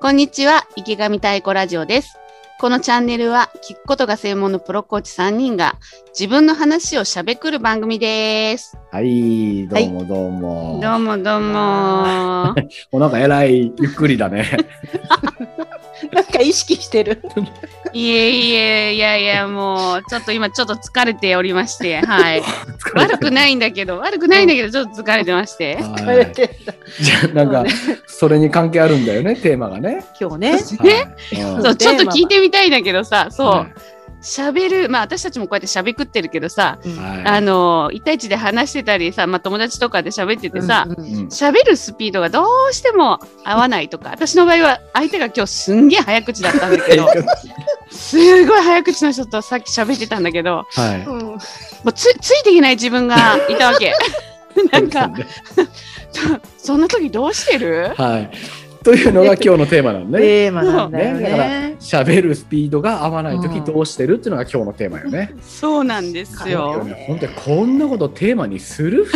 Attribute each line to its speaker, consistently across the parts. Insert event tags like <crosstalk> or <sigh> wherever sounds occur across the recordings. Speaker 1: こんにちは、池上太鼓ラジオです。このチャンネルは、聞くことが専門のプロコーチ3人が、自分の話をしゃべくる番組です。
Speaker 2: はい、どうもどうも。
Speaker 1: どうもどうも。なん
Speaker 2: おなんかえらい、ゆっくりだね。
Speaker 1: <laughs>
Speaker 3: なんか意識してる。
Speaker 1: いえいえ、いやいや、もう、ちょっと今、ちょっと疲れておりまして、 <laughs> はい。悪くないんだけど、悪くないんだけど、ちょっと疲れてまして。
Speaker 2: 疲
Speaker 3: 疲れてんだ
Speaker 2: じゃあなん
Speaker 1: <laughs>
Speaker 2: か、それに関係あるんだよね、テーマがね。
Speaker 3: 今日ね。
Speaker 2: はいうん
Speaker 1: そう、ちょっと
Speaker 3: テーマが
Speaker 1: 聞いてみたいんだけどさ、そう
Speaker 2: は、
Speaker 1: 喋る、まあ私たちもこうやって喋くってるけどさ、
Speaker 2: いは
Speaker 1: あ
Speaker 2: い
Speaker 1: の、1対1で話してたりさ、まあ友達とかで喋っててさ、
Speaker 3: うんうん
Speaker 2: うん
Speaker 1: 喋るスピードがどうしても合わないとか、私の場合は相手が今日すんげえ早口だったんだけど、すごい早口の人とさっき喋ってたんだけど、
Speaker 2: はい。
Speaker 3: うん
Speaker 1: もうつついていけない自分がいたわ
Speaker 3: <laughs>
Speaker 1: け。なんか、そんな時どうしてる
Speaker 2: はい。というのが今日のテーマなのね。
Speaker 3: テーマなんだよ
Speaker 2: ねだから
Speaker 3: ね。
Speaker 2: 喋るスピードが合わないとき
Speaker 3: うん
Speaker 2: どうしてるっていうのが今日のテーマよね。
Speaker 1: そうなんです
Speaker 3: う
Speaker 1: よ
Speaker 3: ん。
Speaker 2: 本当にこんなことテーマにする普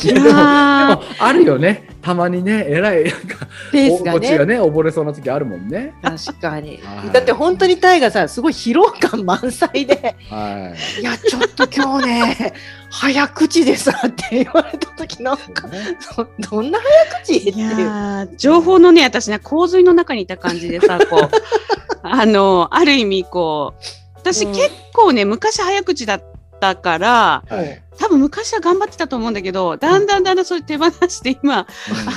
Speaker 2: 通いや <laughs> でもでも
Speaker 1: あ
Speaker 2: あるよね。たまにね、えらい、なんか、
Speaker 3: ペースが
Speaker 2: 心地が
Speaker 3: ね。
Speaker 2: ね、溺れそうな時あるもんね。
Speaker 3: 確かに
Speaker 2: はい。
Speaker 3: だって本当にタイがさ、すごい疲労感満載で、
Speaker 2: はい。
Speaker 3: いや、ちょっと今日ね、 <laughs> 早口でさって言われた時なんか、どどんな早口って
Speaker 1: ーい
Speaker 3: いう。
Speaker 1: やー情報のね、私ね、洪水の中にいた感じでさ、
Speaker 3: <laughs>
Speaker 1: こう、あの、ある意味、こう、私
Speaker 3: うん
Speaker 1: 結構ね、昔早口だったから、
Speaker 2: はい。
Speaker 1: 多分昔は頑張ってたと思うんだけど、だんだんだんだんそれ手放して今、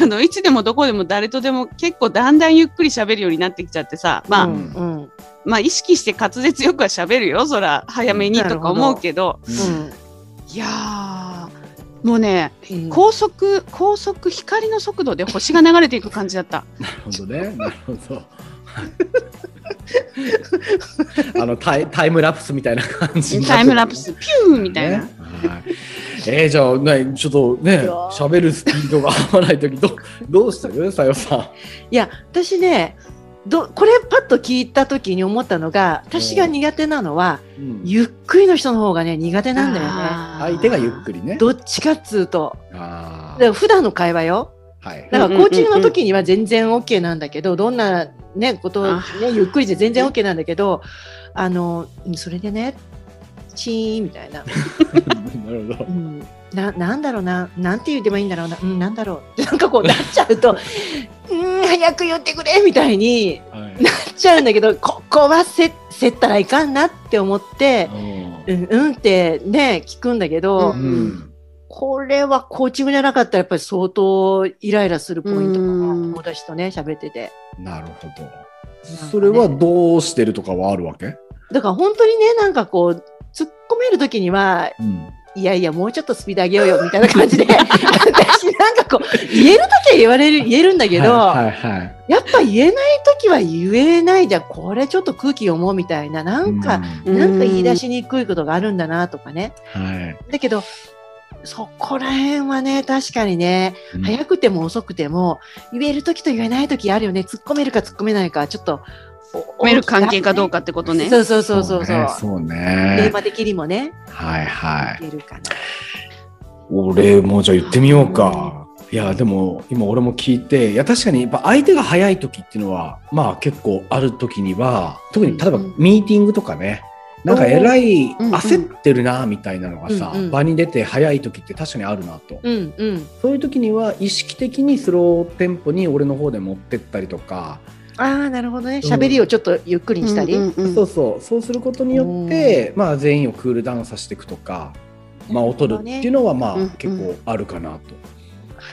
Speaker 1: あの、いつでもどこでも誰とでも結構だんだんゆっくり喋るようになってきちゃってさ、まあ、
Speaker 3: うんうん
Speaker 1: まあ意識して滑舌よくは喋るよ、そら、早めに
Speaker 3: うん
Speaker 1: とか思うけど、いやー、もうね、
Speaker 3: うん
Speaker 1: 高速、高速、光の速度で星が流れていく感じだった。
Speaker 2: なるほどね。なるほど。 <laughs> あのタイタイムラプスみたいな感じにな
Speaker 1: タ
Speaker 2: って
Speaker 1: イムラプス、ピューみたいな。
Speaker 2: ねはいえー、じゃあ、ね、ちょっとね、喋るスピードが合わないとき、どどうしてるさよさん。
Speaker 3: いや、私ね、どこれパッと聞いた時に思ったのが、私が苦手なのは、
Speaker 2: うん
Speaker 3: ゆっくりの人の方がね、苦手なんだよね。
Speaker 1: あー
Speaker 2: 相手がゆっくりね。
Speaker 3: どっちかっつうと。
Speaker 2: あ
Speaker 3: だか
Speaker 2: ー
Speaker 3: ら普段の会話よ。
Speaker 1: <laughs>
Speaker 2: はい。 <laughs>
Speaker 3: だからコーチングの時には全然 OK なんだけど、どんなね、ことを、
Speaker 1: あ
Speaker 3: ね、ゆっくりで全然 OK なんだけど、あの、うんそれでね、チーンみたいな。
Speaker 2: なるほど
Speaker 3: う。んななんだろうな、なんて言ってもいいんだろうな、うん、なんだろうってなんかこうなっちゃうと、 <laughs> うん、早く言ってくれみたいに
Speaker 2: はい
Speaker 3: なっちゃうんだけど、ここはせ、せったらいかんなって思って、うん、うんってね、聞くんだけど、
Speaker 2: うんうん
Speaker 3: これはコーチングじゃなかったらやっぱり相当イライラするポイントかな。
Speaker 1: うん
Speaker 3: 友達とね、喋ってて。
Speaker 2: なるほど。それはどうしてるとかはあるわけ、
Speaker 3: だから本当にね、なんかこう、突っ込めるときには、
Speaker 2: うん
Speaker 3: いやいや、もうちょっとスピード上げようよ、みたいな
Speaker 2: <laughs>
Speaker 3: 感じで、私なんかこう、言えるときは言われる、言えるんだけど、
Speaker 2: はいはいはい、
Speaker 3: やっぱ言えないときは言えないじゃん、これちょっと空気読もうみたいな、なんか、
Speaker 1: うん
Speaker 3: なんか言い出しにくいことがあるんだな、とかね。
Speaker 2: うんはい
Speaker 3: だけど、そこら辺はね、確かにね、
Speaker 2: うん
Speaker 3: 早くても遅くても、言えるときと言えないときあるよね。突っ込めるか突っ込めないか、ちょっと。
Speaker 1: 褒める関係かどう
Speaker 3: か
Speaker 1: かってことね。
Speaker 3: そうそうそうそうそう。
Speaker 2: そう
Speaker 3: 電
Speaker 2: ね。
Speaker 3: 話的にもね、
Speaker 2: はいはい。
Speaker 3: 言えるかな。
Speaker 2: 俺もじゃあ言ってみようか。いやでも今俺も聞いていや確かにやっぱ相手が早い時っていうのはまあ結構ある時には特に例えば
Speaker 1: うん
Speaker 2: ミーティングとかねなんかえらい
Speaker 1: うんうん
Speaker 2: 焦ってるなみたいなのがさ
Speaker 3: うんうん
Speaker 2: 場に出て早い時って確かにあるなと
Speaker 3: うんうん。
Speaker 2: そういう時には意識的にスローテンポに俺の方で持ってったりとか
Speaker 3: ああ、なるほどね。喋りをちょっとゆっくりにしたり。
Speaker 1: うんうんうん
Speaker 2: そうそうそうすることによって、まあ、全員をクールダウンさせていくとか、まあ、
Speaker 3: なるほ
Speaker 2: 劣
Speaker 3: ど
Speaker 2: るっ
Speaker 3: ね
Speaker 2: ていうのは、まあ
Speaker 1: うんうん
Speaker 2: 結構あるかな
Speaker 3: は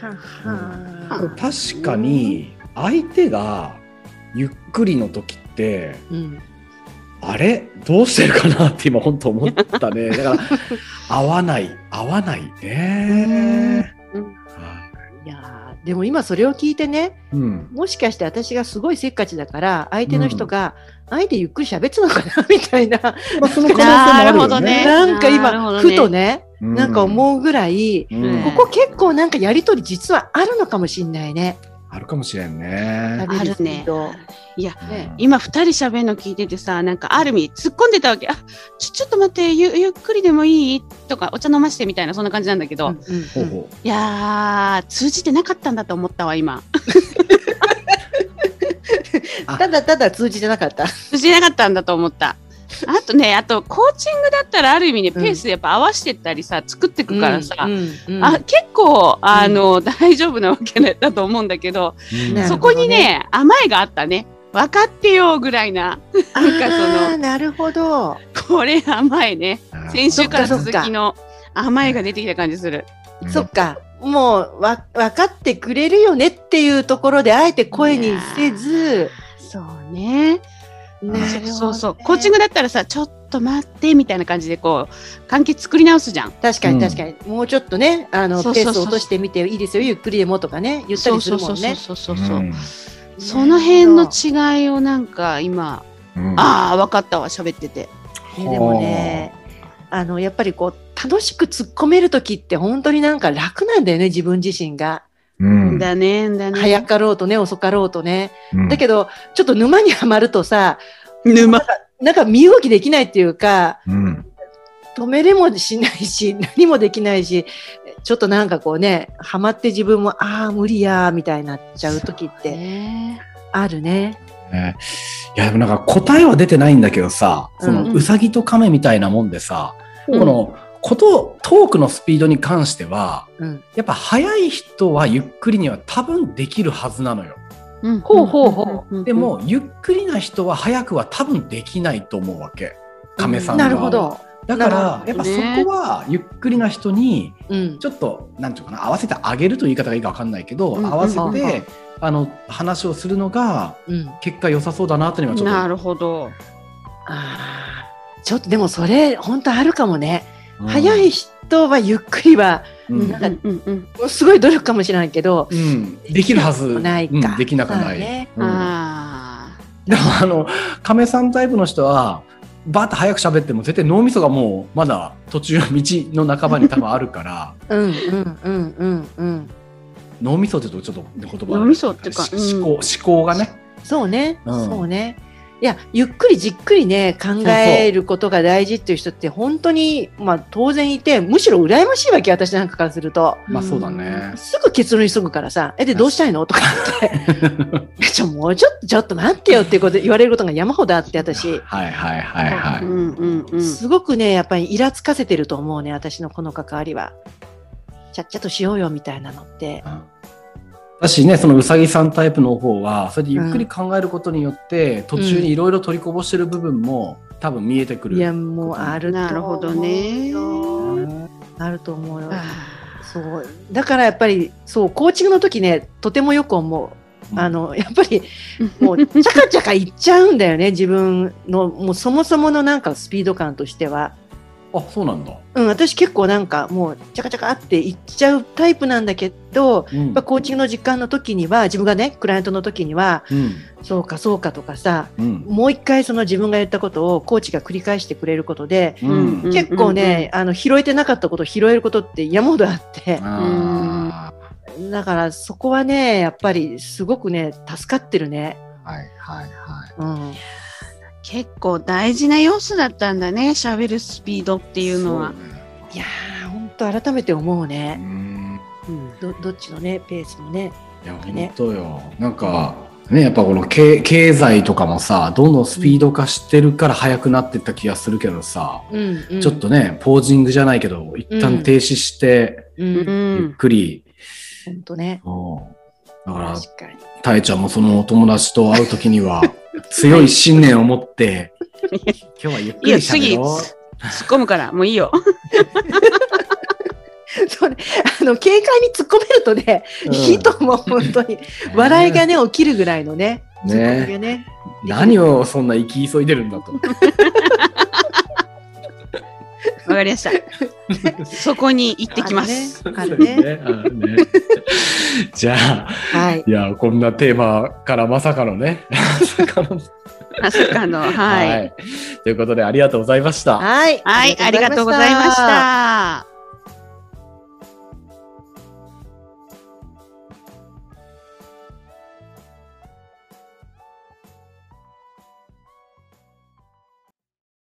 Speaker 3: あ
Speaker 2: と、
Speaker 3: はあ。
Speaker 2: 確かに相手がゆっくりの時って
Speaker 3: うん。
Speaker 2: あれどうしてるかなって今本当思っ
Speaker 1: <laughs>
Speaker 2: たねだから合わない合わないね
Speaker 1: うん
Speaker 2: はい
Speaker 3: やーでも今それを聞いてね、
Speaker 2: いうん
Speaker 3: もしかして私がすごいせっかちだから、相手の人が、あえてゆっくり喋ってたのかなみたいな。
Speaker 2: まあ、その可能性も
Speaker 1: <laughs>
Speaker 2: あ
Speaker 1: な
Speaker 2: る
Speaker 1: る
Speaker 2: よ
Speaker 1: ほどね。
Speaker 2: ね
Speaker 3: なん
Speaker 1: な
Speaker 3: か
Speaker 1: るほど
Speaker 3: 今、
Speaker 1: ね
Speaker 3: ふとね、
Speaker 2: う
Speaker 3: なんか思うぐらい、
Speaker 2: うん
Speaker 3: ここ結構なんかやりとり実はあるのかもしんないね。
Speaker 2: あるかもしれんね。
Speaker 1: あるねいや
Speaker 3: ね
Speaker 1: 今二人喋るの聞いててさなんかある意味突っ込んでたわけあちょちょっと待ってゆゆっくりでもいいとかお茶飲ましてみたいなそんな感じなんだけど、
Speaker 3: うんうん
Speaker 2: ほう
Speaker 3: うん
Speaker 2: ほ
Speaker 1: いやー通じてなかったんだと思ったわ今 <laughs>
Speaker 2: あ
Speaker 3: ただただ通じてなかった。
Speaker 1: 通じなかったんだと思ったあとねあとコーチングだったらある意味ねペースやっぱ合わせてったりさ作っていくからさ、
Speaker 3: うんうん
Speaker 1: あ結構あの、大丈夫なわけねだと思うんだけど、
Speaker 2: う。
Speaker 3: ねなる
Speaker 1: そ
Speaker 3: ほ
Speaker 1: こ
Speaker 3: ど
Speaker 1: にね甘えがあったね分かってよぐらいななんかその
Speaker 3: あーなるほど。
Speaker 1: これ甘えね
Speaker 2: あー
Speaker 1: 先週から
Speaker 3: そっか
Speaker 1: 続きの甘えが出てきた感じする
Speaker 2: うん
Speaker 3: そっか。もうわ分かってくれるよねっていうところであえて声にせず、
Speaker 1: そうね
Speaker 3: なるほどね
Speaker 1: そうそうコーチングだったらさちょっと待ってみたいな感じでこう関係作り直すじゃん
Speaker 3: 確か
Speaker 2: うん
Speaker 3: に確かに、もうちょっとねあの
Speaker 1: そうそ
Speaker 3: ペ
Speaker 1: うそう
Speaker 3: ースを落としてみていいですよゆっくりでもとかね言ったりするもんね。
Speaker 1: そうそうそうそうそう、
Speaker 2: ん
Speaker 1: その辺の違いをなんか今
Speaker 2: うん
Speaker 1: ああ分かったわ喋ってて
Speaker 3: ねでもねあのやっぱりこう楽しく突っ込める時って本当になんか楽なんだよね自分自身が。
Speaker 2: うん
Speaker 1: だねだね
Speaker 3: 早かろうとね遅かろうとね。
Speaker 2: うん
Speaker 3: だけどちょっと沼にはまるとさ
Speaker 1: 沼
Speaker 3: なんか身動きできないっていうか
Speaker 2: うん
Speaker 3: 止めれもしないし <laughs> 何もできないしちょっとなんかこうねはまって自分もああ無理やーみたいになっちゃう時って
Speaker 1: ね
Speaker 3: あるね。
Speaker 2: ねいやでもなんか答えは出てないんだけどさ、そ
Speaker 3: うん
Speaker 1: う
Speaker 2: の
Speaker 1: ん
Speaker 2: うさぎと亀みたいなもんでさ、
Speaker 1: うん
Speaker 2: このことトークのスピードに関しては
Speaker 3: うん、
Speaker 2: やっぱ速い人はゆっくりには多分できるはずなのよ。
Speaker 1: うん
Speaker 3: ほうほうほ
Speaker 1: うん
Speaker 2: でもゆっくりな人は速くは多分できないと思うわけ。亀さんは。
Speaker 3: なるほ。ど。
Speaker 2: だから
Speaker 1: な
Speaker 2: や
Speaker 1: る
Speaker 2: っ
Speaker 1: ほど
Speaker 2: ぱ
Speaker 1: ね
Speaker 2: そこはゆっくりな人に
Speaker 3: うん、
Speaker 2: ちょっとなんていうかな合わせてあげるという言い方がいいかわかんないけど、
Speaker 1: うん
Speaker 2: 合わせ
Speaker 3: うんうんう
Speaker 2: て
Speaker 3: ん
Speaker 2: あの話をするのが
Speaker 3: うん、
Speaker 2: 結果良さそうだなというのはちょっと
Speaker 1: なるほど
Speaker 3: あーちょっとでもそれ本当あるかもね、
Speaker 2: うん
Speaker 3: 早い人はゆっくりは
Speaker 2: うん
Speaker 3: なんか
Speaker 1: うんうん
Speaker 3: すごい努力かもしれないけど
Speaker 2: うんできるはず
Speaker 3: ないか、
Speaker 2: うんできなくは
Speaker 3: まあ
Speaker 2: ない、
Speaker 3: ね
Speaker 1: うん
Speaker 2: うん
Speaker 1: あ
Speaker 2: でもあの亀さんタイプの人はバーッと早く喋っても絶対脳みそがもうまだ途中道の半ばに多分あるから
Speaker 3: うんうんうんうんうん
Speaker 2: 脳みそって言うとちょっと言葉悪い
Speaker 1: 脳みそっていうか
Speaker 2: し
Speaker 1: うん
Speaker 2: 思考思考がね
Speaker 3: そうね、
Speaker 2: うん
Speaker 3: そうねいやゆっくりじっくりね考えることが大事っていう人って本当にまあ当然いてむしろ羨ましいわけ私なんかからすると
Speaker 1: ー
Speaker 2: まあそうだね
Speaker 3: すぐ結論急ぐからさ「えでどうしたいの?」とか
Speaker 2: <laughs>
Speaker 3: 言って「ちょもうちょっとちょっと待ってよ」っていうこと言われることが山ほどあって私。
Speaker 2: はいはいはいは
Speaker 1: う
Speaker 2: い、
Speaker 1: んうんうん
Speaker 3: すごくね、やっぱりイラつかせてると思うね、私のこの関わりは。ちゃっちゃとしようよみたいなのって。
Speaker 2: だしね、そのうさぎさんタイプの方は、それでゆっくり考えることによって、途中にいろいろ取りこぼしてる部分も、多分見えてくる。
Speaker 3: いや、もうあると思うよ
Speaker 1: なるほどね
Speaker 3: あると思うよ。
Speaker 1: あ
Speaker 3: そう。だからやっぱり、そう、コーチングの時ね、とてもよく思う。あの、やっぱり、
Speaker 1: ー
Speaker 3: もう、ちゃかちゃかいっちゃうんだよね、 <laughs> 自分の、もうそもそものなんかスピード感としては。
Speaker 2: あ、そうなんだ。
Speaker 3: うん、私結構なんかもう、ちゃかちゃかっていっちゃうタイプなんだけど、
Speaker 2: うん
Speaker 3: やっぱコーチングの時間の時には、自分がね、クライアントの時には、
Speaker 2: うん。
Speaker 3: そうかそうかとかさ
Speaker 2: うん。
Speaker 3: もう一回その自分が言ったことをコーチが繰り返してくれることで、
Speaker 2: うん
Speaker 1: うん
Speaker 3: 結構ね、あの拾えてなかったことを拾えることって山ほどあって
Speaker 2: あ
Speaker 3: だからそこはねやっぱりすごくね助かってるね。
Speaker 2: ーはいはいはい。
Speaker 3: うん、
Speaker 1: 結構大事な要素だったんだね喋るスピードっていうのは
Speaker 2: そね。
Speaker 3: いやー本当改めて思う
Speaker 2: う
Speaker 3: ね
Speaker 2: ん。
Speaker 1: うん
Speaker 3: どどっちのねペースもね。
Speaker 2: いや、
Speaker 3: ね
Speaker 2: 本当よ。なんか、ね、やっぱこの経経済とかもさ、どんどんスピード化してるから速くなってった気がするけどさ、
Speaker 3: うんうん
Speaker 2: ちょっとね、ポージングじゃないけど、一旦停止して、
Speaker 1: う
Speaker 3: う
Speaker 1: ん
Speaker 2: ゆっ
Speaker 1: ん
Speaker 2: くり、
Speaker 3: 本当ね
Speaker 2: そうだから、
Speaker 3: 確かに
Speaker 2: たえちゃんもそのお友達と会うときに
Speaker 3: <laughs>
Speaker 2: は、強い信念を持って、今日はゆっくり喋ろう。
Speaker 1: 突っ込むからもういいよ
Speaker 3: そうね <laughs> あの軽快に突っ込めるとね、
Speaker 2: うん
Speaker 3: いいと思う本当
Speaker 2: <laughs>
Speaker 3: に笑いがね起きるぐらいのね
Speaker 2: ね
Speaker 3: ツッコミがね
Speaker 2: 何をそんな生き急いでるんだと。
Speaker 1: わかりました
Speaker 2: <laughs>
Speaker 1: そこに行ってきます
Speaker 3: あるね。あ
Speaker 1: <laughs>
Speaker 3: るね。
Speaker 2: あるねじゃあ、
Speaker 3: はい。
Speaker 2: いや、こんなテーマからまさかのね。 <laughs> まさかの
Speaker 1: まさかのはい
Speaker 2: ということで、ありがとうございました。
Speaker 3: はい。
Speaker 1: はいありがとうございまし。た